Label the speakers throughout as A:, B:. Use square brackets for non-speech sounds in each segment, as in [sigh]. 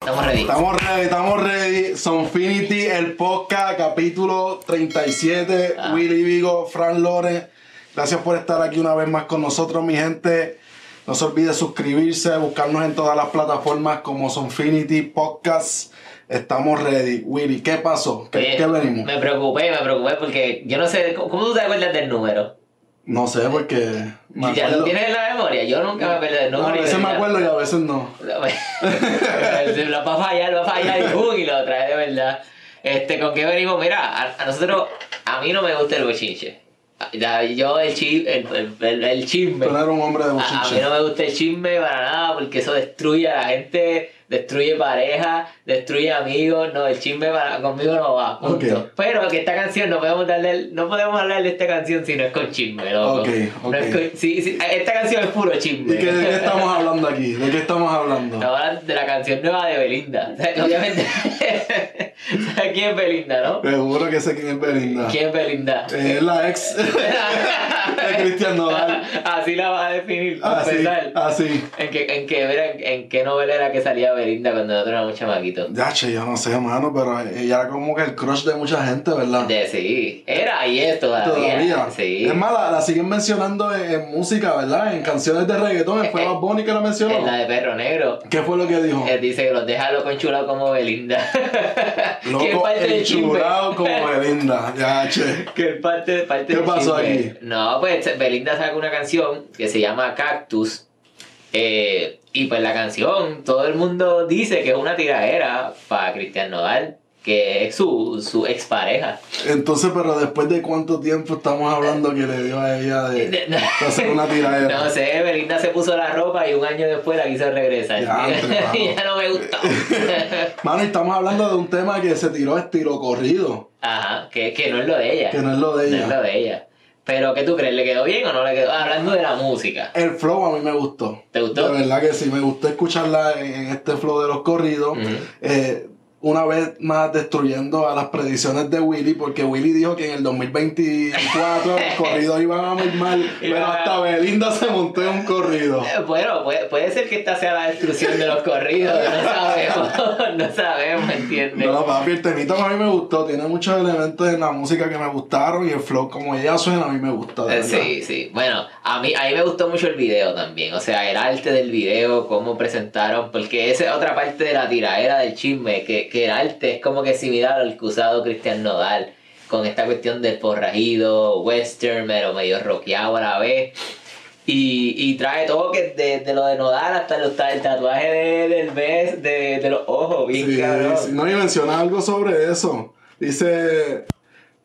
A: Estamos ready.
B: Estamos ready, estamos ready. Sonfinity, el podcast, capítulo 37.
A: Ah.
B: Willy Vigo, Fran Lores. Gracias por estar aquí una vez más con nosotros, mi gente. No se olvide suscribirse, buscarnos en todas las plataformas como Sonfinity Podcast. Estamos ready. Willy, ¿qué pasó? ¿Qué,
A: Oye,
B: qué venimos?
A: Eh, Me preocupé, me preocupé porque yo no sé, ¿cómo cómo tú te acuerdas del número?
B: No sé, porque. me
A: ya
B: acuerdo-
A: lo tienes en la memoria, yo nunca me acuerdo del número.
B: a
A: y
B: veces
A: de- [laughs]
B: me acuerdo y a veces no.
A: lo va a fallar, lo va a fallar y boom, y lo otra de verdad. Este, ¿con qué venimos? Mira, a, a nosotros, a mí no me gusta el bochinche. A- ya, Yo el, chi- el, el, el- el chisme.
B: Tú no eres un hombre de
A: A, Ah, a mí
B: bochinche.
A: no me gusta el chisme para nada porque eso destruye a la gente, destruye pareja, destruye amigos. No, el chisme para- conmigo no va. Punto.
B: Ok.
A: Pero que esta canción no podemos darle, no podemos hablar de esta canción si no es con chisme, loco.
B: Ok, ok.
A: No es con- sí, sí, esta canción es puro chisme.
B: ¿Y
A: [laughs]
B: qué, de qué estamos hablando aquí? ¿De qué estamos hablando?
A: Estamos hablando de la canción nueva de Belinda. [laughs] O sea, obviamente. ¿Sabes quién es Belinda, no?
B: Seguro que sé quién es Belinda.
A: ¿Quién es Belinda? [laughs]
B: Eh, Es la ex de Cristian Nodal.
A: Así la vas a definir. por
B: Así,
A: pensar.
B: así.
A: ¿En qué, en, qué, mira, en, en qué novela era que salía Belinda cuando nosotros éramos chamaquitos?
B: Ya, che, yo no sé, mano, pero ella era como que el crush de mucha gente, ¿verdad?
A: De sí, era y es todavía.
B: Todavía.
A: Sí.
B: Es más, la, la siguen mencionando en, en música, ¿verdad? En canciones de reggaetón. Fue
A: Eh,
B: Bad Bunny que la mencionó.
A: en la de Perro Negro.
B: ¿Qué fue lo que dijo?
A: Él dice que los deja loco enchulados como Belinda. [laughs] que es
B: Loco,
A: parte del chisme. [laughs]
B: enchurrado como Belinda. Ya, che.
A: Que es parte, parte
B: ¿Qué
A: del
B: pasó
A: chisme.
B: aquí?
A: No, pues Belinda saca una canción que se llama Cactus. eh, y pues la canción, todo el mundo dice que es una tiradera para Cristian Nodal, que es su, su expareja.
B: Entonces, pero después de cuánto tiempo estamos hablando que le dio a ella
A: [laughs]
B: de, de hacer una tiradera.
A: No sé, Belinda se puso la ropa y un año después la quiso regresar.
B: Ya, entre,
A: Y [laughs]
B: mano.
A: ya no me
B: [laughs]
A: gustó.
B: Mano, y estamos hablando de un tema que se tiró estilo corrido,
A: Ajá, que, que no es lo de ella.
B: que no es lo de
A: No es lo
B: ella.
A: de ella. Pero, ¿qué tú crees? ¿Le quedó bien o no le quedó? Ah, Hablando de la música.
B: El flow a mí me gustó.
A: ¿Te gustó?
B: De verdad que sí, me gustó escucharla en en este flow de los corridos.
A: Ujú.
B: Eh, una vez más destruyendo a las predicciones de Willy, porque Willy dijo que en
A: [laughs]
B: el 2024 los corridos iban a muy mal, pero
A: Iba-
B: hasta Belinda se montó en un corrido.
A: Eh, Bueno, puede, puede ser que esta sea la destrucción de los corridos, no sabemos, [laughs] no sabemos, ¿entiendes?
B: No, papi, el temito a mí me gustó, tiene muchos elementos en la música que me gustaron y el flow como ella suena a mí me gusta. de
A: Eh,
B: verdad.
A: Sí, sí. Bueno, a mí, a mí me gustó mucho el video también. O sea, el arte del video, cómo presentaron. Porque esa es otra parte de la tiraera del chisme. Que, que el arte es como que similar al que usado Cristian Nodal. Con esta cuestión del porrajido, western, pero medio rockeado a la vez. Y, y trae toques de, de lo de Nodal hasta el, hasta el tatuaje de- del vez, de, de los ojos, bien
B: Sí,
A: cabrón.
B: sí. No, y menciona algo sobre eso. Dice,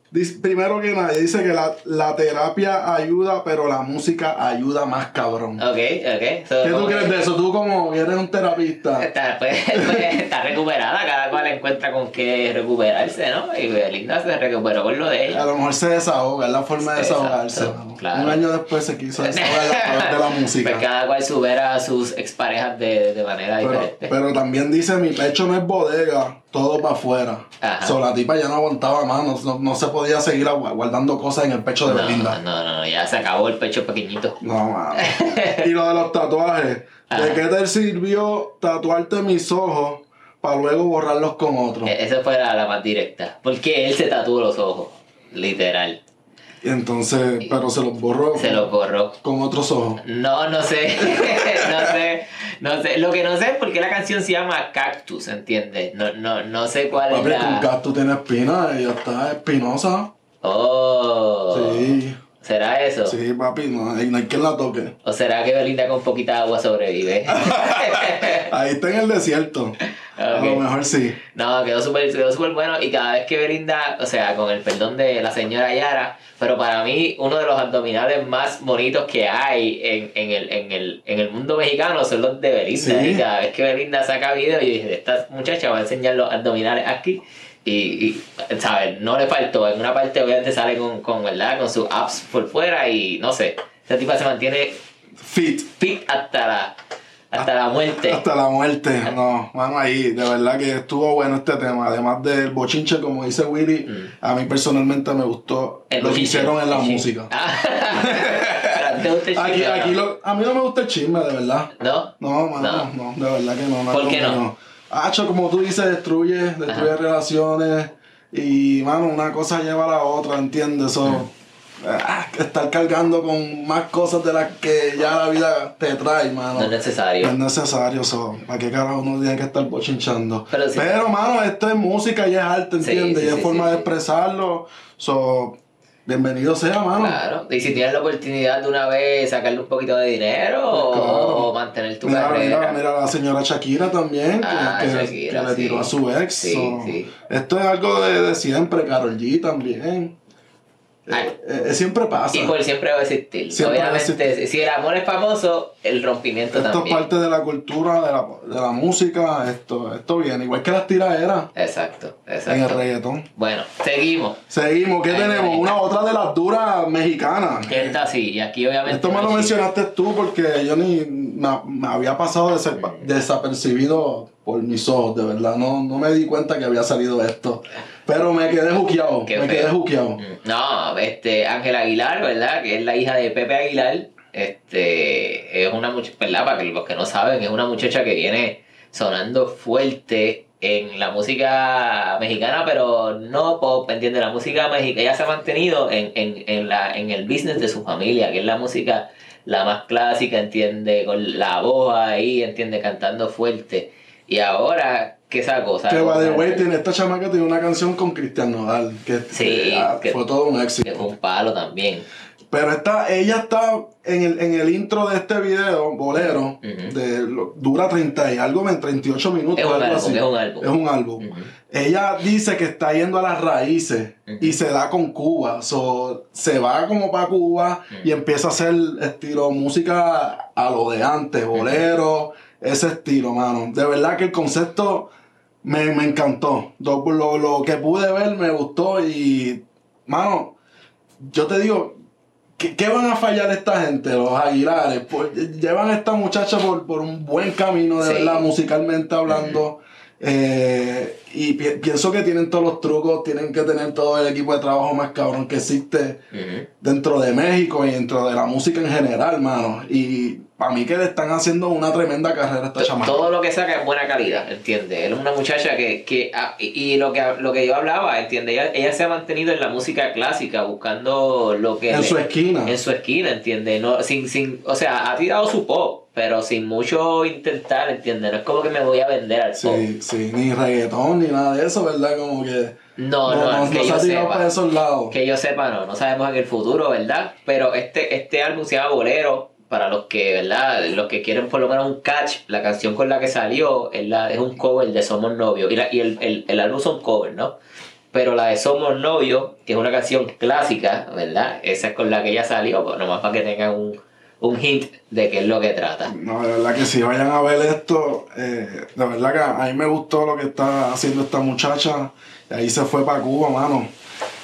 B: dice- primero que nada, dice que la, la terapia ayuda, pero la música ayuda más cabrón.
A: Ok, ok. So,
B: ¿Qué tú
A: como que-
B: crees de eso? Tú como que eres un terapista.
A: Está, pues, [laughs] pues, está recuperada, cada cual encuentra con qué recuperarse, ¿no? Y Belinda se recuperó con lo de
B: A
A: ella.
B: lo mejor se desahoga, es la forma de
A: Exacto,
B: desahogarse. ¿no?
A: claro.
B: Un año después se quiso desahogar a través de
A: [laughs]
B: la
A: Pues
B: música.
A: cada cual supera a sus exparejas de, de manera
B: Pero,
A: diferente.
B: pero también dice, mi pecho no es bodega, todo para afuera.
A: Ajá.
B: So, la tipa ya no aguantaba más, no, no- no se podía seguir agu- guardando cosas en el pecho de
A: no,
B: Belinda.
A: no, no, no, ya se acabó el pecho pequeñito.
B: No, mano. Y lo de los tatuajes.
A: Ajá.
B: ¿De qué te sirvió tatuarte mis ojos para luego borrarlos con otros?
A: E- Esa fue la, la más directa. Porque él se tatuó los ojos, literal.
B: Y entonces, pero se los borró
A: Se los borró.
B: con otros ojos.
A: No, no sé. [laughs] no sé. No sé. Lo que no sé es por qué la canción se llama Cactus, ¿entiendes? No, no, no sé cuál
B: Papi,
A: es
B: es que un
A: la.
B: gato tiene espinas y ya está espinosa.
A: Oh.
B: Sí,
A: ¿Será eso?
B: sí, papi, no hay, no hay quien la toque.
A: ¿O será que Belinda con poquita agua
B: [laughs]
A: sobrevive?
B: Ahí está en el desierto. A lo
A: Ok.
B: mejor sí.
A: no, quedó súper quedó súper bueno y cada vez que Belinda, o sea, con el perdón de la señora Yara, pero para mí uno de los abdominales más bonitos que hay en, en, el, en, el, en el mundo mexicano son los de Belinda.
B: Sí.
A: Y cada vez que Belinda saca video, yo dije, esta muchacha va a enseñar los abdominales aquí. Y, y ¿sabes? No le faltó. En una parte obviamente sale con, con, ¿verdad? con sus abs por fuera y no sé. Esa tipa se mantiene
B: Fit.
A: fit hasta la, hasta la muerte.
B: Hasta la muerte. No, mano, ahí, de verdad que estuvo bueno este tema. Además del bochinche, como dice Willy, a mí personalmente me gustó
A: Mm. El
B: lo que
A: bochinche.
B: hicieron en la
A: Sí.
B: música.
A: [laughs] Ah. ¿Te gusta el chisme
B: Aquí,
A: o no?
B: aquí lo- a mí no me gusta el chisme, de verdad.
A: ¿No?
B: No, mano, no, de verdad que no. no
A: ¿Por
B: es lo
A: qué no?
B: mío. Hacho, como tú dices, destruye, destruye relaciones y, mano, una cosa lleva a la otra, ¿entiendes? So,
A: Mm.
B: ah, estar cargando con más cosas de las que ya la vida te trae, mano.
A: No es necesario.
B: No es necesario, so, ¿para qué carajo uno tiene que estar bochinchando?
A: Pero
B: Pero,
A: sí.
B: mano, esto es música y es arte,
A: Sí,
B: ¿entiendes?
A: sí,
B: y es
A: sí,
B: forma
A: sí,
B: de
A: sí.
B: expresarlo. So, bienvenido sea, mano.
A: Claro, y si tienes la oportunidad de una vez sacarle un poquito de dinero o,
B: Claro.
A: o mantener tu
B: Mira,
A: carrera.
B: mira, mira la señora Shakira también, que,
A: Ah,
B: que-
A: Shakira,
B: que le tiró
A: sí.
B: a su ex.
A: Sí,
B: so,
A: sí.
B: Esto es algo de, de siempre, Carol G también.
A: Ay.
B: Eh, eh, siempre pasa.
A: Y por siempre va a existir.
B: Siempre va a
A: Obviamente, si el amor es famoso, el rompimiento
B: esto es
A: también.
B: parte de la cultura, de la, de la música, esto, esto viene. Igual que las tiraderas
A: Exacto,
B: en el
A: exacto.
B: reggaetón.
A: Bueno, seguimos.
B: Seguimos, ¿qué
A: Ahí
B: tenemos?
A: viene.
B: Una otra de las duras mexicanas.
A: Esta sí, y aquí obviamente.
B: Esto me lo
A: no hay
B: mencionaste tú porque yo ni me, me había pasado desa- desapercibido por mis ojos, de verdad. No, no me di cuenta que había salido esto. Pero me quedé juqueado.
A: Qué
B: me
A: feo.
B: quedé juqueado.
A: chiste. No, este, Ángela Aguilar, ¿verdad? Que es la hija de Pepe Aguilar. Este, es una muchacha, ¿verdad? Para que los que no saben, es una muchacha que viene sonando fuerte en la música mexicana, pero no pop, ¿entiendes? La música mexicana, ella se ha mantenido en, en, en, la, en el business de su familia, que es la música la más clásica, ¿entiendes? Con la voz ahí, ¿entiendes? Cantando fuerte. Y ahora, ¿qué sacó?
B: Que
A: Sacó-
B: va de way, tiene esta chamaca tiene una canción con Cristian Nodal, que,
A: Sí,
B: que, ah,
A: que-
B: fue todo un éxito.
A: que fue un palo también.
B: Pero está, ella está en el, en el intro de este video, bolero,
A: Ujú.
B: de, lo- dura 30 y algo, men, 38 minutos.
A: Es un
B: algo
A: álbum,
B: así.
A: es un álbum.
B: Es un álbum.
A: Ujú.
B: Ella dice que está yendo a las raíces
A: Ujú.
B: y se da con Cuba. So, se va como para Cuba y empieza a hacer estilo música a lo de antes, bolero, ese estilo, mano. De verdad que el concepto me, me encantó. Lo, lo- lo que pude ver me gustó y, mano, yo te digo, ¿qué, qué van a fallar esta gente, los Aguilares? Por- llevan a esta muchacha por, por un buen camino, de
A: Sí.
B: verdad, musicalmente hablando. Eh, y pi- pienso que tienen todos los trucos, tienen que tener todo el equipo de trabajo más cabrón que existe
A: Ujú.
B: dentro de México y dentro de la música en general, mano. Y para mí que le están haciendo una tremenda carrera a esta
A: To-
B: chamaca.
A: Todo lo que saca es buena calidad, ¿entiendes? Él es una muchacha que, que ah, y, y lo que lo que yo hablaba, ¿entiendes? Ella, ella se ha mantenido en la música clásica, buscando lo que
B: en
A: le-
B: su esquina.
A: en su esquina, ¿entiendes? No, sin, sin, o sea, ha tirado su pop, pero sin mucho intentar, ¿entiendes? No es como que me voy a vender al pop.
B: Sí, sí, ni reggaetón ni nada de eso, ¿verdad? Como que.
A: No, no, que
B: se
A: yo
B: ha tirado
A: sepa.
B: para esos lados.
A: Que yo sepa, no, no sabemos en el futuro, ¿verdad? Pero este, este álbum se llama Bolero, para los que, ¿verdad? Los que quieren por lo menos un catch, la canción con la que salió es, la, es un cover de Somos Novios. Y, la- y el, el, el álbum son covers, ¿no? Pero la de Somos Novios, que es una canción clásica, ¿verdad? Esa es con la que ella salió, pues, nomás para que tengan un, un hint de qué es lo que trata.
B: No, de verdad que si vayan a ver esto, eh, de verdad que a mí me gustó lo que está haciendo esta muchacha. Y ahí se fue para Cuba, mano.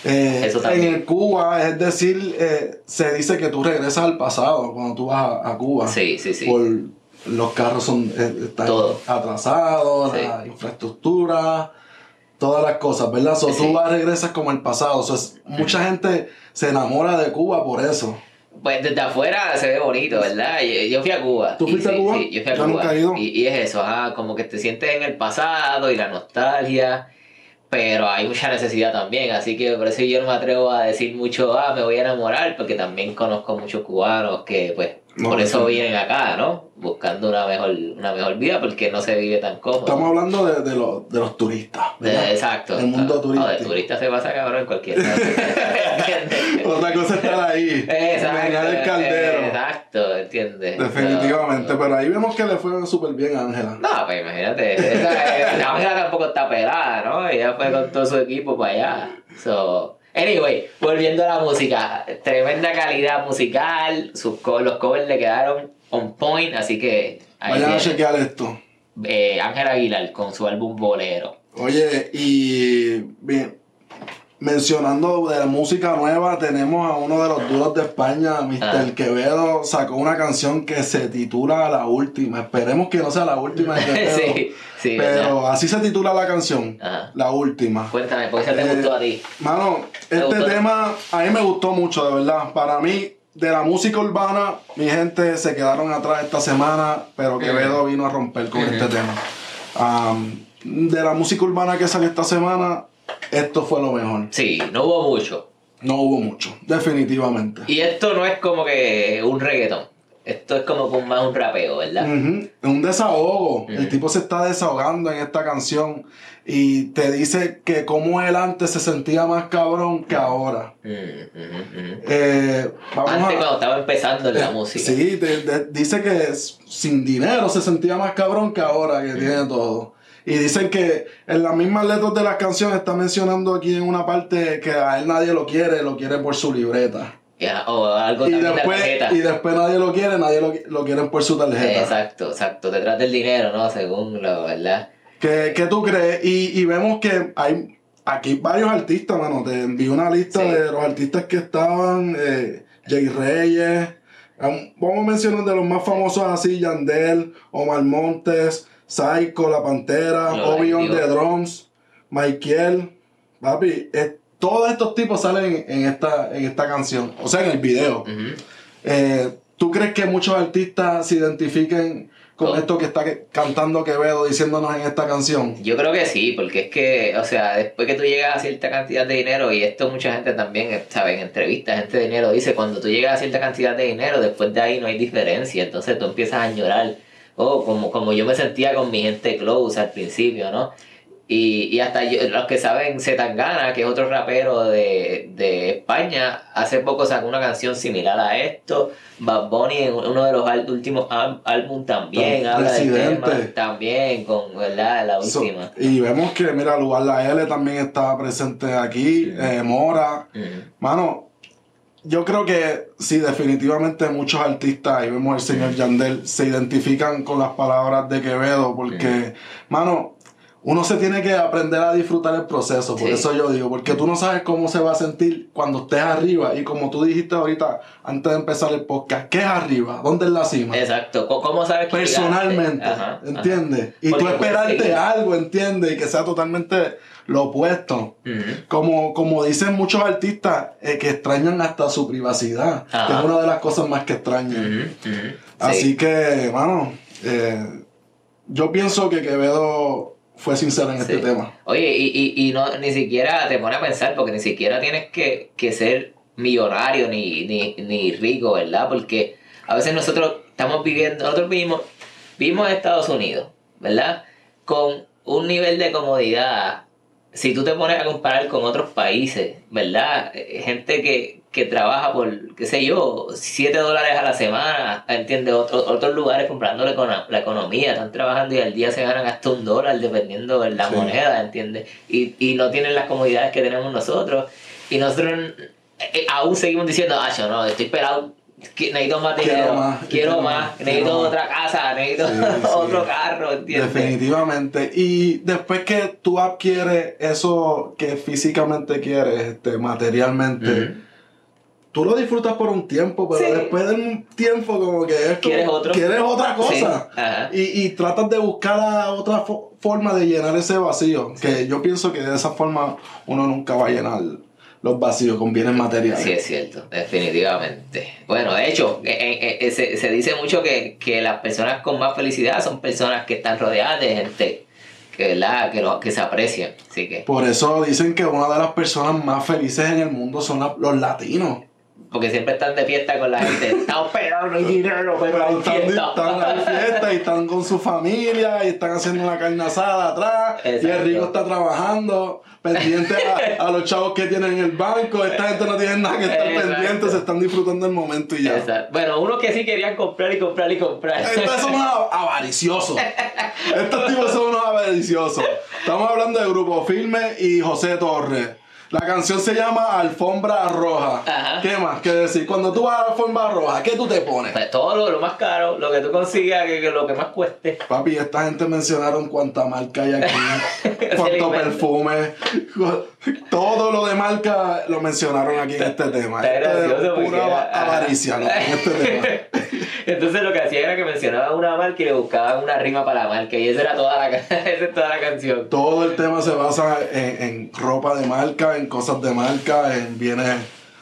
B: Eh,
A: Eso
B: en
A: también.
B: el Cuba, es decir, eh, se dice que tú regresas al pasado cuando tú vas a, a Cuba.
A: Sí, sí, sí.
B: Por, los carros son, eh, están
A: Todo.
B: atrasados,
A: Sí.
B: la infraestructura, todas las cosas, ¿verdad? So,
A: Sí.
B: Tú vas, regresas como el pasado. So, es- mucha gente se enamora de Cuba por eso.
A: Pues desde afuera se ve bonito, ¿verdad? Yo, yo fui a Cuba.
B: ¿Tú
A: Y
B: fuiste a Cuba?
A: yo fui a
B: Yo
A: Cuba.
B: nunca he ido.
A: Y, y es eso, ajá, como que te sientes en el pasado y la nostalgia, pero hay mucha necesidad también, así que por eso yo no me atrevo a decir mucho, ah, me voy a enamorar, porque también conozco muchos cubanos que, pues,
B: No,
A: por
B: no
A: eso
B: sé.
A: vienen acá, ¿no? Buscando una mejor, una mejor vida, porque no se vive tan cómodo.
B: Estamos hablando de, de los- de los turistas.
A: De-
B: ¿verdad?
A: exacto.
B: El
A: No,
B: mundo
A: de
B: turístico.
A: turista se pasa cabrón en cualquier lado.
B: [laughs]
A: ¿Entiendes?
B: Otra cosa es estar ahí.
A: Exacto, eh,
B: Menear el caldero.
A: exacto, ¿entiendes?
B: Definitivamente. Pero ahí vemos que le fue súper bien a Ángela.
A: No, pues imagínate, esa- eh, la mujer tampoco está pelada, ¿no? Ella fue con todo su equipo para allá. So, anyway, volviendo a la música, tremenda calidad musical, sus co- los covers le quedaron on point, así que ahí
B: Vayan a
A: viene.
B: chequear esto.
A: Eh, Ángel Aguilar con su álbum Bolero.
B: Oye, y bien, mencionando de la música nueva, tenemos a uno de los duros de España, Mr.
A: Ah.
B: Quevedo, sacó una canción que se titula La Última. Esperemos que no sea la última
A: [laughs]
B: de Quevedo.
A: sí, sí, ¿verdad? Ah.
B: Pero así se titula la canción.
A: Ajá.
B: La Última.
A: Cuéntame, ¿por qué se te
B: Eh,
A: gustó a ti?
B: Mano, este
A: gustó?
B: tema a mí me gustó mucho, de verdad. Para mí, de la música urbana, mi gente se quedaron atrás esta semana, pero Quevedo vino a romper con este tema. Um, de la música urbana que salió esta semana, esto fue lo mejor.
A: Sí, no hubo mucho.
B: No hubo mucho, definitivamente.
A: Y esto no es como que un reggaetón. Esto es como con más un rapeo, ¿verdad?
B: Ujú, Un desahogo. El
A: Ujú.
B: tipo se está desahogando en esta canción y te dice que como él antes se sentía más cabrón que ahora.
A: Mm, ujú, ujú.
B: Eh, vamos
A: Antes
B: a-
A: cuando estaba empezando en la
B: [laughs] Eh,
A: música.
B: Sí, te- te- dice que s- sin dinero se sentía más cabrón que ahora que tiene todo. Y dicen que en las mismas letras de las canciones está mencionando aquí en una parte que a él nadie lo quiere, lo quiere por su libreta.
A: Ya, o algo
B: Y
A: también de
B: después,
A: tarjeta.
B: y después nadie lo quiere, nadie lo, qui- lo quiere por su tarjeta.
A: Exacto, exacto. Detrás del dinero, ¿no? Según lo, ¿verdad?
B: ¿Qué, qué tú crees? Y, y vemos que hay aquí varios artistas, mano. Te envío una lista
A: Sí.
B: de los artistas que estaban. Eh, Jay Reyes. um, vamos a mencionar de los más famosos así, Yandel, Omar Montes, Psycho, La Pantera,
A: Lo
B: Obi on
A: digo.
B: the Drums, Michael. Papi, eh, todos estos tipos salen en esta, en esta canción. O sea, en el video.
A: Ujú.
B: Eh, ¿Tú crees que muchos artistas se identifiquen con
A: Con-
B: esto que está que- cantando Quevedo diciéndonos en esta canción?
A: Yo creo que sí, porque es que, o sea, después que tú llegas a cierta cantidad de dinero, y esto mucha gente también, eh, sabe, en entrevistas, gente de dinero dice, cuando tú llegas a cierta cantidad de dinero, después de ahí no hay diferencia, entonces tú empiezas a llorar, oh, como, como yo me sentía con mi gente close al principio, ¿no? Y, y hasta yo- los que saben, Zetangana, que es otro rapero de, de España, hace poco sacó una canción similar a esto. Bad Bunny en uno de los al- últimos al- álbum también
B: Tan-
A: habla del
B: Residente.
A: tema, también con ¿verdad? la
B: So-
A: última.
B: y vemos que, mira, Lugar La L también está presente aquí, eh, Mora.
A: Ujú.
B: Mano, yo creo que sí, definitivamente muchos artistas, y vemos al señor Yandel, se identifican con las palabras de Quevedo, porque, mano, uno se tiene que aprender a disfrutar el proceso, por
A: Sí.
B: eso yo digo, porque tú no sabes cómo se va a sentir cuando estés arriba, y como tú dijiste ahorita, antes de empezar el podcast, ¿qué es arriba? ¿Dónde es la cima?
A: Exacto. Co- ¿Cómo sabes que
B: personalmente,
A: llegaste? Ajá, ajá.
B: ¿entiendes? Y tú
A: Porque pues, puedes
B: esperarte
A: seguir.
B: algo, ¿entiendes? Y que sea totalmente lo opuesto.
A: Ujú.
B: Como, como dicen muchos artistas, eh, que extrañan hasta su privacidad,
A: Ajá.
B: que es una de las cosas más que extrañan.
A: Ujú, ujú.
B: Así
A: Sí.
B: que, mano, eh, yo pienso que Quevedo fue sincero en este
A: Sí.
B: tema.
A: Oye, y, y, y no, ni siquiera te pone a pensar, porque ni siquiera tienes que, que ser millonario ni, ni, ni rico, ¿verdad? Porque a veces nosotros estamos viviendo, nosotros vivimos, vivimos en Estados Unidos, ¿verdad? Con un nivel de comodidad, si tú te pones a comparar con otros países, ¿verdad? Eh, Gente que, que trabaja por, qué sé yo, 7 dólares a la semana, ¿entiendes? Otro- otros lugares comprando la, econo- la economía, están trabajando y al día se ganan hasta un dólar dependiendo de la
B: Sí.
A: moneda, ¿entiendes? Y, y no tienen las comodidades que tenemos nosotros. Y nosotros eh, eh, aún seguimos diciendo, ah, yo no, estoy pelado, que- necesito más
B: Quiero
A: dinero, quiero
B: más,
A: más,
B: quiero más,
A: necesito
B: quiero más".
A: otra casa, necesito [laughs]
B: Sí, sí.
A: otro carro, ¿entiendes?
B: Definitivamente. Y después que tú adquieres eso que físicamente quieres, este, materialmente,
A: Ujú.
B: tú lo disfrutas por un tiempo, pero
A: Sí.
B: después de un tiempo como que es como-
A: ¿Quieres otro?
B: quieres otra
A: Sí,
B: cosa.
A: ajá.
B: Y, y tratas de buscar la otra fo- forma de llenar ese vacío. Que yo pienso que de esa forma uno nunca va a llenar los vacíos con bienes materiales.
A: Sí, es cierto, definitivamente. Bueno, de hecho, eh, eh, eh, se, se dice mucho que, que las personas con más felicidad son personas que están rodeadas de gente que, ¿verdad? que, lo- que se aprecian. Así que,
B: Por eso dicen que una de las personas más felices en el mundo son la- los latinos.
A: porque siempre están de fiesta con la
B: [laughs]
A: gente. Estamos pegados, no hay dinero, pero hay
B: Pero están,
A: fiesta.
B: están en fiesta y están con su familia y están haciendo una carne asada atrás. Y el
A: Exacto.
B: rico está trabajando, pendiente a, a los chavos que tienen en el banco. Esta gente no tiene nada que estar
A: Exacto.
B: pendiente, se están disfrutando el momento y ya.
A: Exacto. Bueno, unos que sí querían comprar y comprar y comprar.
B: Estos son unos avariciosos. Estos tipos son unos avariciosos. Estamos hablando de Grupo Firme y José Torres. La canción se llama Alfombra Roja.
A: Ajá.
B: ¿Qué más que decir? Cuando tú vas a la alfombra roja, ¿qué tú te pones?
A: Pues todo lo, lo más caro, lo que tú consigas, que, que lo que más cueste. [laughs]
B: Papi, esta gente mencionaron cuánta marca hay aquí, cuánto
A: Experimento.
B: perfume, cu- todo lo de marca lo mencionaron aquí en este tema.
A: Está
B: Esto es
A: gracioso porque
B: pura
A: era- ajá.
B: avaricia, ¿no? En este tema.
A: [laughs] Entonces lo que hacía era que mencionaba una marca y le buscaban una rima para la marca. Y esa era toda la, [laughs] ca- esa es toda la canción.
B: Todo el tema se basa en, en ropa de marca, en cosas de marca, en bienes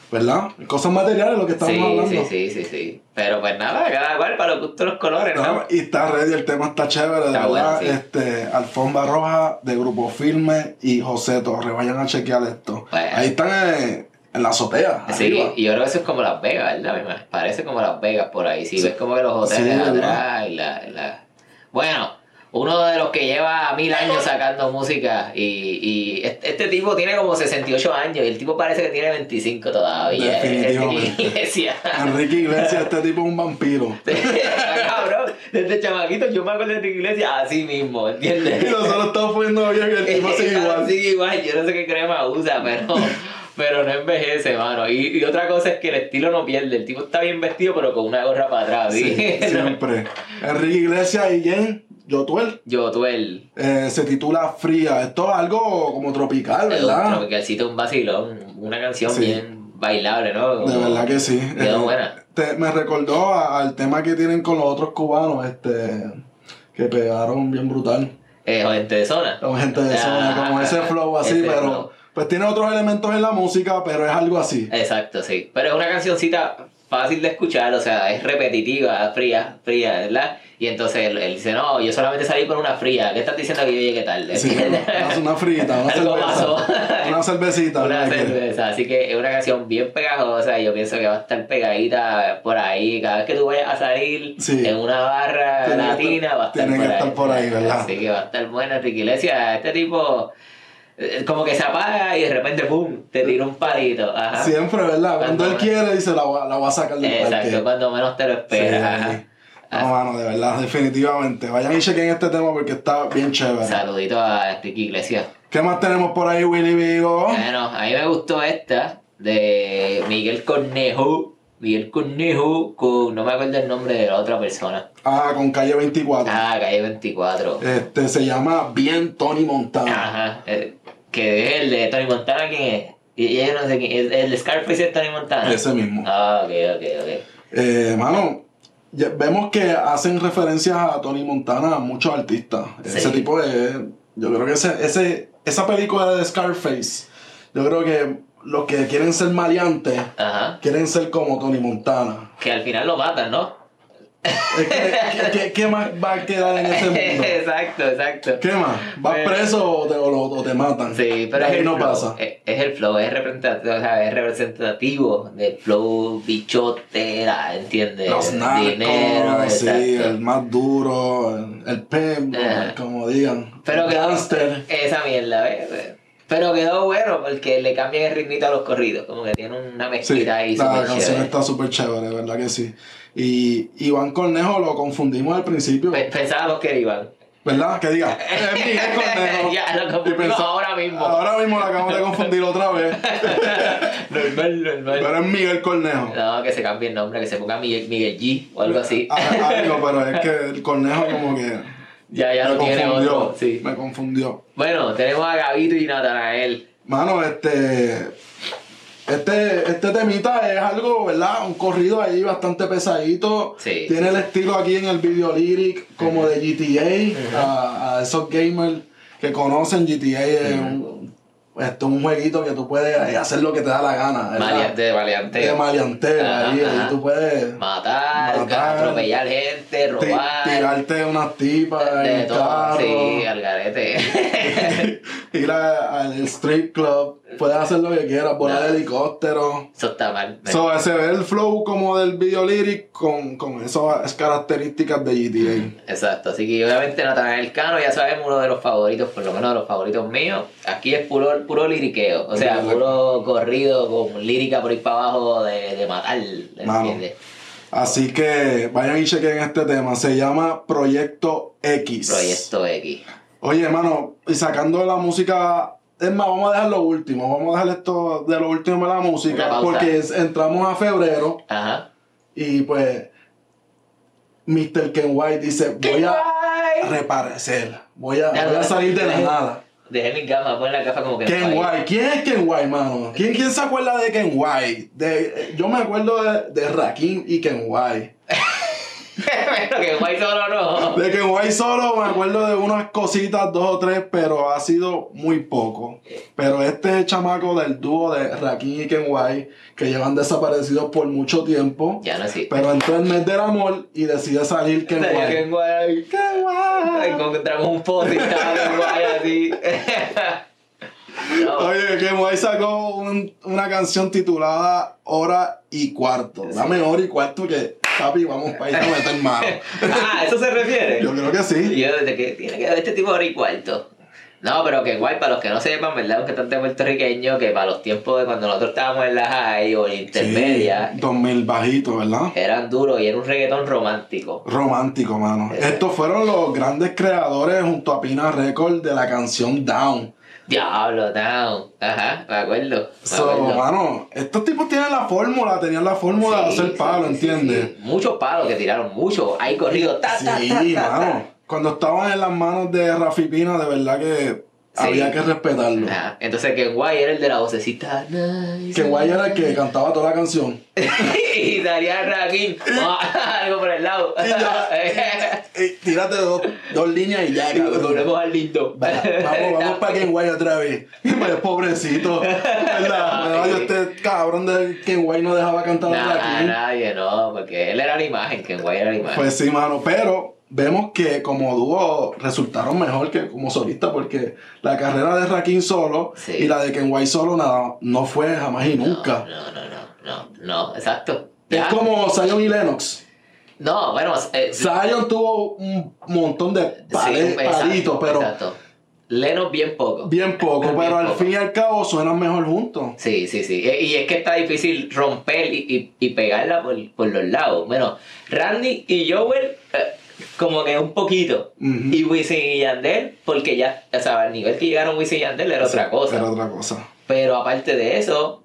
B: ¿Verdad? Cosas materiales lo que estamos
A: sí,
B: hablando.
A: sí, sí, sí, sí. Pero pues nada, cada cual para los gustos los colores, ¿no?
B: No, Y está ready, el tema está chévere, de
A: Está
B: verdad.
A: bueno, sí.
B: este, Alfombra Roja de Grupo Firme y José Torres. Vayan a chequear esto.
A: Bueno.
B: Ahí están eh, en la azotea.
A: Sí,
B: arriba.
A: y yo creo que eso es como Las Vegas, ¿verdad? Me parece como Las Vegas por ahí. Si
B: Sí.
A: ves como que los hoteles
B: Sí, ¿verdad?
A: atrás y la, la- Bueno, uno de los que lleva mil años sacando música y, y este, este tipo tiene como 68 años y el tipo parece que tiene 25 todavía. [laughs]
B: Definitivamente.
A: Iglesia.
B: Enrique Iglesias, este tipo es un vampiro.
A: Ah, Cabrón, desde chamaquito yo me acuerdo de Iglesia así mismo, ¿entiendes?
B: Y nosotros estamos poniendo bien y el tipo
A: [laughs]
B: sigue igual.
A: Sigue igual, yo no sé qué crema usa, pero, pero no envejece, mano. Y, y otra cosa es que el estilo no pierde. El tipo está bien vestido, pero con una gorra para atrás.
B: Sí,
A: ¿sí? [laughs]
B: siempre. Enrique Iglesias y Jen Yotuel
A: Yo, tú, el,
B: eh, se titula Fría. Esto es algo como tropical,
A: el
B: Ah, ¿verdad?
A: tropicalcito, un vacilón, una canción
B: Sí.
A: bien bailable, ¿no?
B: De verdad que sí.
A: Quedó
B: Eh,
A: buena.
B: te- me recordó a- al tema que tienen con los otros cubanos, este que pegaron bien brutal.
A: Eh, o gente de zona.
B: Con gente de zona,
A: Ah,
B: como ese flow así,
A: ese
B: pero
A: flow.
B: pues tiene otros elementos en la música, pero es algo así.
A: Exacto, sí. Pero es una cancioncita fácil de escuchar, o sea, es repetitiva, fría, fría, ¿verdad? Y entonces él, él dice, no, yo solamente salí por una fría. ¿Qué estás diciendo que yo llegué tarde? [laughs]
B: Sí, hace una frita, una
A: Algo
B: cerveza.
A: pasó.
B: Una cervecita.
A: Una
B: ¿no?
A: cerveza, así que es una canción bien pegajosa y yo pienso que va a estar pegadita por ahí. Cada vez que tú vayas a salir
B: Sí.
A: en una barra
B: Tiene que
A: latina,
B: estar-
A: va a estar
B: tiene
A: por
B: que
A: ahí.
B: estar por ahí, ¿verdad?
A: Así que va a estar buena Enrique Iglesias. Este tipo eh, como que se apaga y de repente, ¡pum!, te tira un palito. Ajá.
B: Siempre, ¿verdad? Cuando él
A: Cuando-
B: quiere, dice, la, voy a- la va a sacar del
A: Exacto,
B: parque.
A: cuando menos te lo esperas.
B: Sí.
A: ajá.
B: No, mano, de verdad, definitivamente. Vayan y chequen este tema porque está bien chévere.
A: Saludito a Enrique Iglesias.
B: ¿Qué más tenemos por ahí, Willy Vigo?
A: Bueno, a mí me gustó esta de Miguel Cornejo. Miguel Cornejo con, no me acuerdo el nombre de la otra persona.
B: Ah, con calle 24.
A: Ah, calle 24.
B: Este se llama Bien Tony Montana.
A: Ajá. eh, que es el de Tony Montana, ¿quién es? Y, y yo no sé quién es. El de Scarface es Tony Montana.
B: Ese mismo.
A: Ah, ok, ok, ok.
B: Eh, mano, ya- vemos que hacen referencias a Tony Montana a muchos artistas.
A: Sí.
B: Ese tipo de. Yo creo que ese, ese, esa película de Scarface, yo creo que los que quieren ser maleantes
A: Ajá.
B: quieren ser como Tony Montana.
A: Que al final lo matan, ¿no?
B: Es que- ¿Qué, qué, qué más va a quedar en [laughs] ese mundo?
A: exacto, exacto.
B: ¿Qué más? ¿Vas
A: Pero-
B: preso o te, o lo- o te matan?
A: Sí, pero
B: De
A: es
B: ahí
A: el
B: no
A: flow,
B: pasa.
A: Es, es el flow, es representativo, o sea, es representativo del flow bichotera, ¿entiendes?
B: Los
A: Eh, El
B: narcos, sí,
A: exacto.
B: el más duro, el, el pimp,
A: Ajá.
B: como digan.
A: Pero
B: el
A: quedó
B: gangster.
A: esa mierda, ¿ves? Pero quedó bueno porque le cambian el ritmito a los corridos, como que tiene una
B: Sí,
A: mezquita ahí
B: la
A: súper
B: canción
A: chévere.
B: está súper chévere, ¿verdad que sí? Y Iván Cornejo lo confundimos al principio,
A: Pe- Pensábamos que era
B: [laughs]
A: Iván.
B: ¿verdad? Que
A: [laughs]
B: diga, es Miguel Cornejo.
A: Ya, lo
B: Y
A: confundimos
B: pensaba- Ah,
A: ahora mismo.
B: Ahora mismo lo acabamos de confundir otra vez,
A: normal, normal.
B: pero es
A: [laughs]
B: Miguel Cornejo.
A: No, que se cambie el nombre, que se ponga Miguel, Miguel G o algo así.
B: Ah, Algo, pero es que el Cornejo como que
A: ya, ya
B: me
A: lo tiene
B: confundió,
A: otro. Sí.
B: me confundió.
A: Bueno, tenemos a Gabito y Natanael.
B: Mano, este. Este, este temita es algo, ¿verdad? Un corrido ahí bastante pesadito.
A: Sí.
B: Tiene el estilo aquí en el video lyric como de GTA. a, a esos gamers que conocen GTA es un, este, un jueguito que tú puedes eh, hacer lo que te da la gana. ¿verdad?
A: Maleante,
B: De
A: maleante.
B: maleanteo
A: Ajá,
B: ahí, ahí
A: ajá.
B: tú puedes
A: Matar,
B: Matar.
A: atropellar gente,
B: ti-
A: robar.
B: tirarte unas tipas en
A: de
B: el
A: todo,
B: carro.
A: sí, al garete.
B: [laughs]
A: [laughs]
B: ir a- al street club, puedes hacer lo que quieras, volar
A: Nada.
B: helicóptero.
A: Eso está mal.
B: So, se ve el flow como del video lyric con, con esas características de GTA.
A: Exacto, así que obviamente Natanael Cano, ya sabemos, uno de los favoritos, por lo menos de los favoritos míos. Aquí es puro, puro liriqueo, o sea,
B: Exacto.
A: puro corrido con lírica por ir para abajo de, de matar,
B: Mano.
A: ¿entiendes?
B: Así que vayan y chequen este tema. Se llama Proyecto X.
A: Proyecto X.
B: Oye, hermano, y sacando la música. Es más, vamos a dejar lo último. Vamos a dejar esto de lo último de la
A: Una
B: música.
A: pausa.
B: Porque es- entramos a febrero
A: Ajá.
B: y pues. Mr. Ken White dice: Voy a
A: Ay.
B: reparecer. Voy a,
A: Ya,
B: voy a
A: ya,
B: salir de la
A: ya.
B: nada.
A: Dejé mi gafas, pon la gafa como que
B: Ken
A: no hay. [laughs]
B: White, ¿quién es Ken White, mano? ¿Quién, quién se acuerda de Ken White? De, eh, yo me acuerdo de, de Rakim y Ken White.
A: pero que Guay solo
B: [laughs]
A: no.
B: De que voy solo me acuerdo de unas cositas, dos o tres, pero ha sido muy poco. Pero este chamaco del dúo de Rakim y Kenway, que llevan desaparecidos por mucho tiempo,
A: Ya no existe.
B: pero entra el mes del amor y decide salir Ah.
A: Sería que
B: Kenway.
A: en Guay. Ay,
B: Kenway.
A: Encontramos un post y estaba bien guay así. [laughs] No,
B: Oye, Kenway sacó un- una canción titulada Hora y Cuarto. Dame hora y cuarto que, papi, vamos para ir a meter
A: [laughs]
B: mano.
A: Ah, ¿eso se refiere?
B: Yo creo que sí.
A: Y yo desde que tiene que haber este tipo de hora y cuarto. No, pero que guay, para los que no sepan, ¿verdad? Un cantante puertorriqueño que para los tiempos de cuando nosotros estábamos en la high o en la intermedia,
B: 2000 bajito, ¿verdad?
A: eran duros y era un reggaetón romántico.
B: Romántico, mano. Estos fueron los grandes creadores junto a Pina Record de la canción Down.
A: Ah, Diablo, down. Ajá, me acuerdo. Me
B: So,
A: acuerdo.
B: mano, estos tipos tienen la fórmula, tenían la fórmula de
A: Sí,
B: hacer palo,
A: sí, sí,
B: ¿entiendes?
A: sí. Muchos palos que tiraron, muchos. Ahí corrido, ta,
B: Sí,
A: ta, ta, ta, ta.
B: mano. Cuando estaban en las manos de Rafi Pina, de verdad que
A: Sí.
B: había que respetarlo.
A: Ajá. Entonces, que guay era el de la vocecita. nice,
B: Que guay era el que cantaba toda la canción.
A: [laughs] y daría
B: [laughs]
A: Rakim. [laughs] Algo por el lado.
B: Y [laughs] ya,
A: [laughs]
B: Ey, Eh, tírate dos, dos líneas y ya, cabrón.
A: Volvemos al lindo.
B: Va- Vamos,
A: [laughs]
B: vamos para Kenway otra vez. Pues, pobrecito. ¿Verdad?
A: [laughs] No,
B: Me
A: sí.
B: vaya este cabrón de Kenway no dejaba cantar
A: Nah,
B: a Rakim.
A: nadie, no, porque él era la imagen, que guay era la imagen.
B: Pues sí, mano. Pero vemos que como dúo resultaron mejor que como solista porque la carrera de Rakim solo
A: Sí.
B: y la de Kenway solo nada, no fue jamás y
A: No,
B: nunca.
A: No, no, no, no, no, exacto.
B: Es
A: Ya.
B: como Zion y Lennox.
A: No, bueno, eh, sí,
B: Zion tuvo un montón de pale-
A: exacto,
B: palitos, pero
A: Exacto. Lenos bien poco.
B: bien poco.
A: Bien
B: Pero al
A: poco.
B: fin y al cabo suenan mejor juntos.
A: Sí, sí, sí. E- Y es que está difícil romper y, y, y pegarla por, por los lados. Bueno, Randy y Joel, eh, como que un poquito.
B: Ujú.
A: Y Wisin y Yandel, porque ya, o sea, al nivel que llegaron Wisin y Yandel era otra cosa.
B: Era otra cosa.
A: Pero aparte de eso,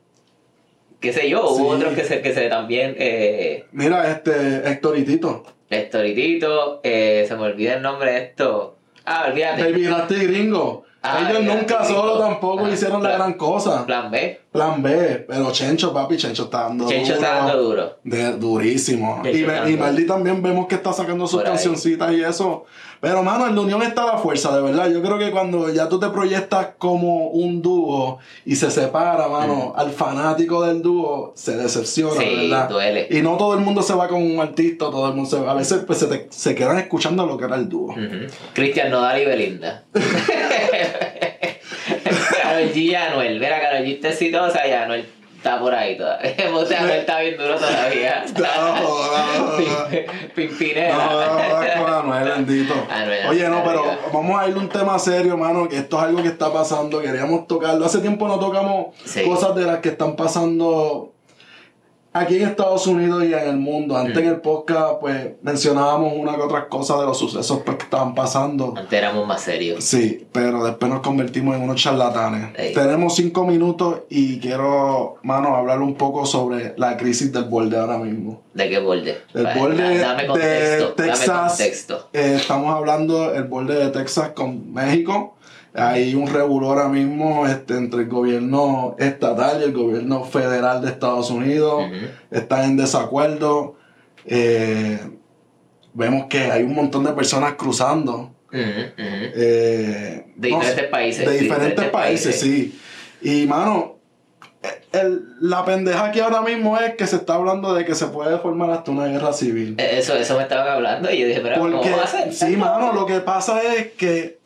A: qué sé yo, hubo
B: Sí.
A: otros que se, que se también. Eh,
B: Mira, este Héctor y Tito.
A: Storitito, eh, se me olvida el nombre de esto. Ah, olvídate.
B: Baby Rasta y Gringo.
A: Ah,
B: Ellos
A: Baby
B: nunca
A: Rasta y
B: solo
A: Gringo.
B: tampoco
A: Ajá.
B: hicieron la
A: Plan-
B: gran cosa.
A: Plan B.
B: Plan B, pero Chencho, papi, Chencho está dando
A: Chencho está dando duro.
B: De, durísimo.
A: Chencho
B: Y,
A: está
B: ve- y
A: dando.
B: Maldi también vemos que está sacando sus
A: Por ahí.
B: cancioncitas y eso. Pero, mano, en la unión está la fuerza, de verdad. Yo creo que cuando ya tú te proyectas como un dúo y se separa, mano, al fanático del dúo se
A: Mm.
B: decepciona,
A: Sí,
B: ¿verdad?
A: duele.
B: Y no todo el mundo se va con un artista, todo el mundo se va. A veces pues, se, te- se quedan escuchando lo que era el dúo. [laughs]
A: Ujú. Cristian Nodal y Belinda. Karol G y Anuel. Mira, Karol G está exitosa y Anuel está por ahí todavía. [laughs] Porque Anuel está bien duro todavía. [laughs]
B: No, no, no.
A: Pimpinera.
B: No, no, no, no,
A: [laughs]
B: Manuel, bendito.
A: Manuel,
B: Oye, no,
A: Manuel,
B: pero
A: ya.
B: vamos a ir a un tema serio, mano, que esto es algo que está pasando, queríamos tocarlo. Hace tiempo no tocamos
A: Sí.
B: cosas de las que están pasando aquí en Estados Unidos y en el mundo. Antes
A: Mm.
B: en el podcast, pues, mencionábamos una que otras cosas de los sucesos pues, que estaban pasando.
A: Antes éramos más serios.
B: Sí, pero después nos convertimos en unos charlatanes.
A: Ey.
B: Tenemos cinco minutos y quiero, mano, hablar un poco sobre la crisis del borde ahora mismo.
A: ¿De qué borde?
B: El
A: Vale,
B: borde
A: dame
B: de
A: contexto. Dame
B: Texas.
A: contexto.
B: eh, estamos hablando del borde de Texas con México. Hay un revuelo ahora mismo este, entre el gobierno estatal y el gobierno federal de Estados Unidos.
A: Ujú.
B: Están en desacuerdo. Eh, vemos que hay un montón de personas cruzando.
A: Ujú, ujú.
B: eh,
A: De
B: no sé,
A: diferentes países.
B: de diferentes países, sí. Y mano, el- la pendeja aquí ahora mismo es que se está hablando de que se puede formar hasta una guerra civil.
A: Eh, Eso, eso me estaban hablando y yo dije, pero ¿cómo
B: Porque,
A: va a ser?
B: sí, mano, lo que pasa es que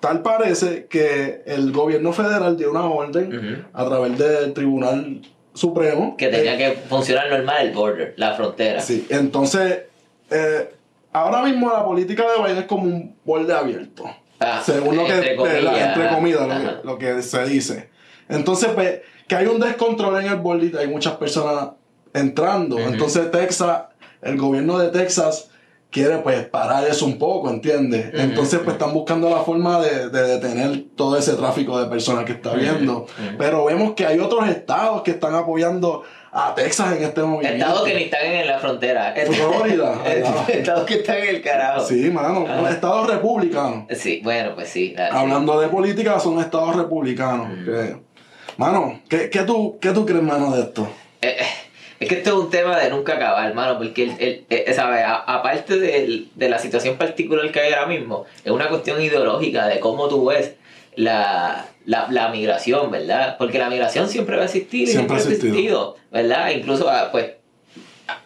B: tal parece que el gobierno federal dio una
A: [laughs]
B: orden
A: Ujú.
B: a través del Tribunal Supremo.
A: Que tenía
B: Eh,
A: que funcionar normal el border, la frontera.
B: Sí, entonces, eh, ahora mismo la política de Biden es como un borde abierto.
A: Ah,
B: según lo que,
A: entre
B: de la-
A: comillas,
B: entre
A: ajá,
B: comillas, lo
A: ajá.
B: que, lo que se dice. Entonces, pues, que hay un descontrol en el borde y hay muchas personas entrando.
A: Ujú.
B: Entonces, Texas, el gobierno de Texas quiere, pues, parar eso un poco, ¿entiendes?
A: Ujú,
B: Entonces,
A: ujú.
B: pues, están buscando la forma de, de detener todo ese tráfico de personas que está
A: Ujú,
B: viendo.
A: ujú.
B: Pero vemos que hay otros estados que están apoyando a Texas en este movimiento.
A: Estados que ni están en la frontera.
B: Florida.
A: [laughs] Estados que están en el carajo. Sí.
B: Sí, mano,
A: Ajá.
B: estados republicanos.
A: bueno, pues sí. la- sí.
B: Hablando de política, son estados republicanos.
A: Mm.
B: que- mano, ¿qué, qué tú, ¿qué tú crees, mano, de esto?
A: Eh, eh, Es que esto es un tema de nunca acabar, hermano, porque el, el- eh, ¿sabes? A- aparte del- de, la situación particular que hay ahora mismo, es una cuestión ideológica de cómo tú ves la, la, la migración, ¿verdad? Porque la migración siempre va a existir, y
B: Siempre ha existido.
A: ¿verdad? Incluso, ah, pues,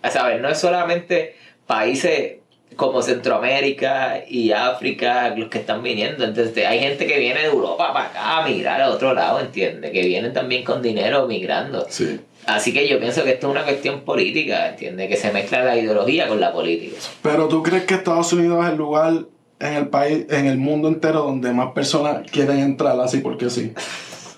A: a- ¿sabes? No es solamente países como Centroamérica y África los que están viniendo. Entonces, hay gente que viene de Europa para acá a migrar a otro lado, ¿entiendes? Que vienen también con dinero migrando.
B: Sí.
A: Así que yo pienso que esto es una cuestión política, ¿entiendes? Que se mezcla la ideología con la política.
B: Pero tú crees que Estados Unidos es el lugar en el país, en el mundo entero, donde más personas quieren entrar así porque
A: [laughs]
B: sí.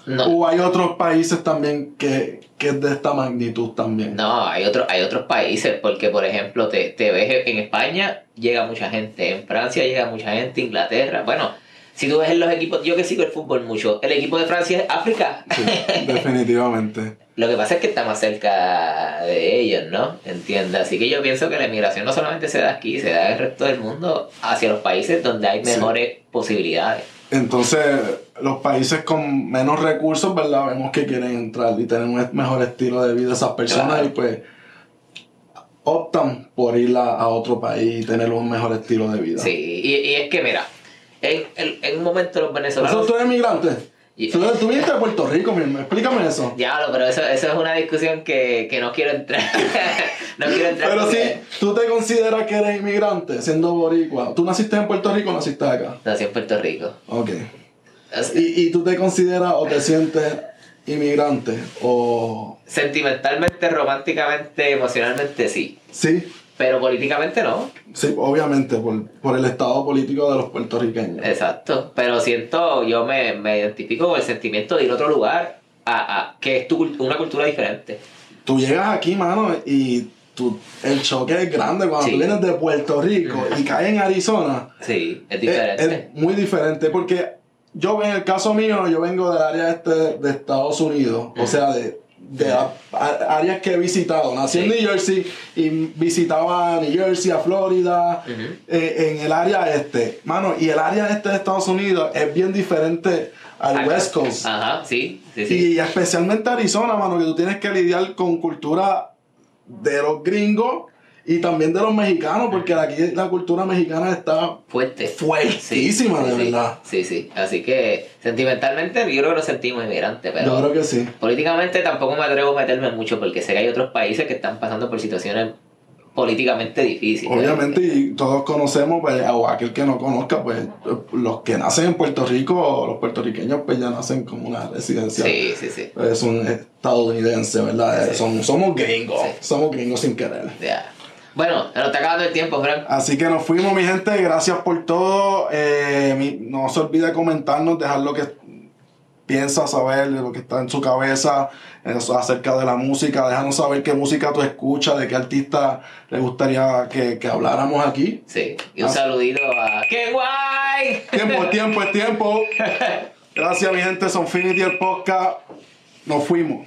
A: No,
B: O hay otros países también que, que es de esta magnitud también.
A: no hay, otro, hay otros países, porque por ejemplo, te, te ves en España, llega mucha gente, en Francia llega mucha gente, Inglaterra, bueno. Si tú ves en los equipos, yo que sigo el fútbol mucho, el equipo de Francia es África.
B: Sí, definitivamente.
A: Lo que pasa es que está más cerca de ellos, ¿no? Entiende. Así que yo pienso que la inmigración no solamente se da aquí, se da en el resto del mundo hacia los países donde hay
B: Sí.
A: mejores posibilidades.
B: Entonces, los países con menos recursos, ¿verdad? Vemos que quieren entrar y tener un mejor estilo de vida esas personas
A: Claro.
B: y pues optan por ir a, a otro país y tener un mejor estilo de vida.
A: Sí, y, y es que mira, en, en- en un momento los
B: ¿Eso
A: venezolanos...
B: tú eres migrante?
A: Y-
B: ¿Tú, tú viniste de Puerto Rico, mi hermano. Explícame eso.
A: Diablo, pero eso, eso es una discusión que, que no quiero entrar. [laughs] no quiero entrar.
B: Pero sí,
A: porque
B: tú te consideras que eres inmigrante siendo boricua. ¿Tú naciste en Puerto Rico o naciste acá?
A: Nací en Puerto Rico.
B: Ok.
A: Así-
B: ¿Y, y tú te consideras o te sientes inmigrante? ¿O
A: Sentimentalmente, románticamente, emocionalmente sí.
B: sí?
A: Pero políticamente no.
B: Sí, obviamente, por, por el estado político de los
A: Eh.
B: puertorriqueños.
A: Exacto, pero siento, yo me, me identifico con el sentimiento de ir a otro lugar a, a- que es tu, cult- una cultura diferente.
B: Tú llegas aquí, mano, y tú, el choque es grande cuando
A: Sí.
B: tú vienes de Puerto Rico y caes en Arizona.
A: Sí, es
B: es-
A: diferente.
B: Es, muy diferente porque yo, en el caso mío, yo vengo del área este de Estados Unidos,
A: Mm.
B: o sea, de, de las a- áreas que he visitado. Nací
A: Sí.
B: en New Jersey y visitaba a New Jersey, a Florida,
A: Ujú.
B: eh, en el área este. Mano, y el área este de Estados Unidos es bien diferente al
A: Ajá.
B: West Coast.
A: Ajá, sí, sí, sí.
B: Y especialmente Arizona, mano, que tú tienes que lidiar con cultura de los gringos y también de los mexicanos, porque aquí la cultura mexicana está
A: Fuerte.
B: fuertísima,
A: Sí,
B: de
A: sí,
B: verdad.
A: Sí, sí. Así que sentimentalmente yo creo que nos sentimos inmigrantes,
B: Yo
A: pero
B: creo que sí.
A: políticamente tampoco me atrevo a meterme mucho porque sé que hay otros países que están pasando por situaciones políticamente difíciles.
B: Obviamente, y todos conocemos, pues, o aquel que no conozca, pues, los que nacen en Puerto Rico, los puertorriqueños, pues ya nacen como una residencia.
A: Sí, sí, sí.
B: Es un estadounidense, ¿verdad?
A: Sí.
B: Son- somos gringos,
A: Sí.
B: somos gringos sin querer.
A: Ya. Bueno, se nos está acabando el tiempo, Frank.
B: Así que nos fuimos, mi gente. Gracias por todo. Eh, mi- no se olvide comentarnos, dejar lo que piensa saber, lo que está en su cabeza eh, acerca de la música. Déjanos saber qué música tú escuchas, de qué artista le gustaría que, que habláramos aquí.
A: Sí. Y un
B: Ah.
A: saludito a... ¡Qué guay!
B: Tiempo, tiempo, es tiempo. Gracias, mi gente. Sonfinity el podcast. Nos fuimos.